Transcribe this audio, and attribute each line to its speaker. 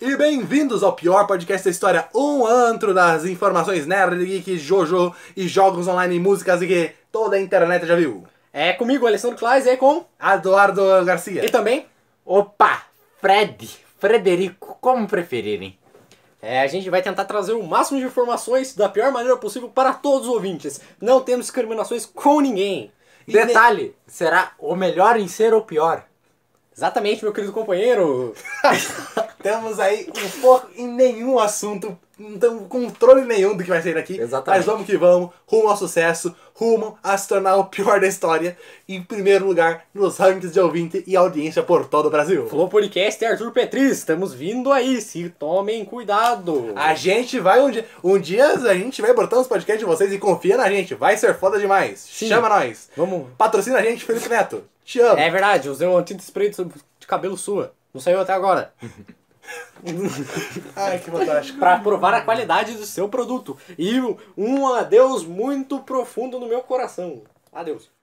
Speaker 1: E bem-vindos ao pior podcast da história, um antro das informações nerd, geek, jojo e jogos online e músicas e que toda a internet já viu.
Speaker 2: É comigo, Alessandro Claes, e aí com...
Speaker 1: Eduardo Garcia.
Speaker 2: E também...
Speaker 3: Opa, Fred, Frederico, como preferirem.
Speaker 2: É, a gente vai tentar trazer o máximo de informações da pior maneira possível para todos os ouvintes. Não temos discriminações com ninguém. E ne-
Speaker 3: Detalhe, será o melhor em ser ou pior?
Speaker 2: Exatamente, meu querido companheiro.
Speaker 1: Temos aí um foco em nenhum assunto, não temos controle nenhum do que vai sair daqui.
Speaker 3: Exatamente.
Speaker 1: Mas vamos que vamos, rumo ao sucesso, rumo a se tornar o pior da história, em primeiro lugar nos rankings de ouvinte e audiência por todo o Brasil.
Speaker 2: Falou podcast, é Arthur Petri, estamos vindo aí, se tomem cuidado.
Speaker 1: A gente vai um dia, um dia a gente vai botar os podcasts de vocês e confia na gente, vai ser foda demais.
Speaker 2: Sim.
Speaker 1: Chama nós.
Speaker 2: Vamos.
Speaker 1: Patrocina a gente, Felipe Neto. Te amo.
Speaker 2: É verdade, usei um tinta spray de cabelo sua. Não saiu até agora.
Speaker 1: Ai, que fantástico.
Speaker 2: Pra provar a qualidade do seu produto. E um adeus muito profundo no meu coração. Adeus.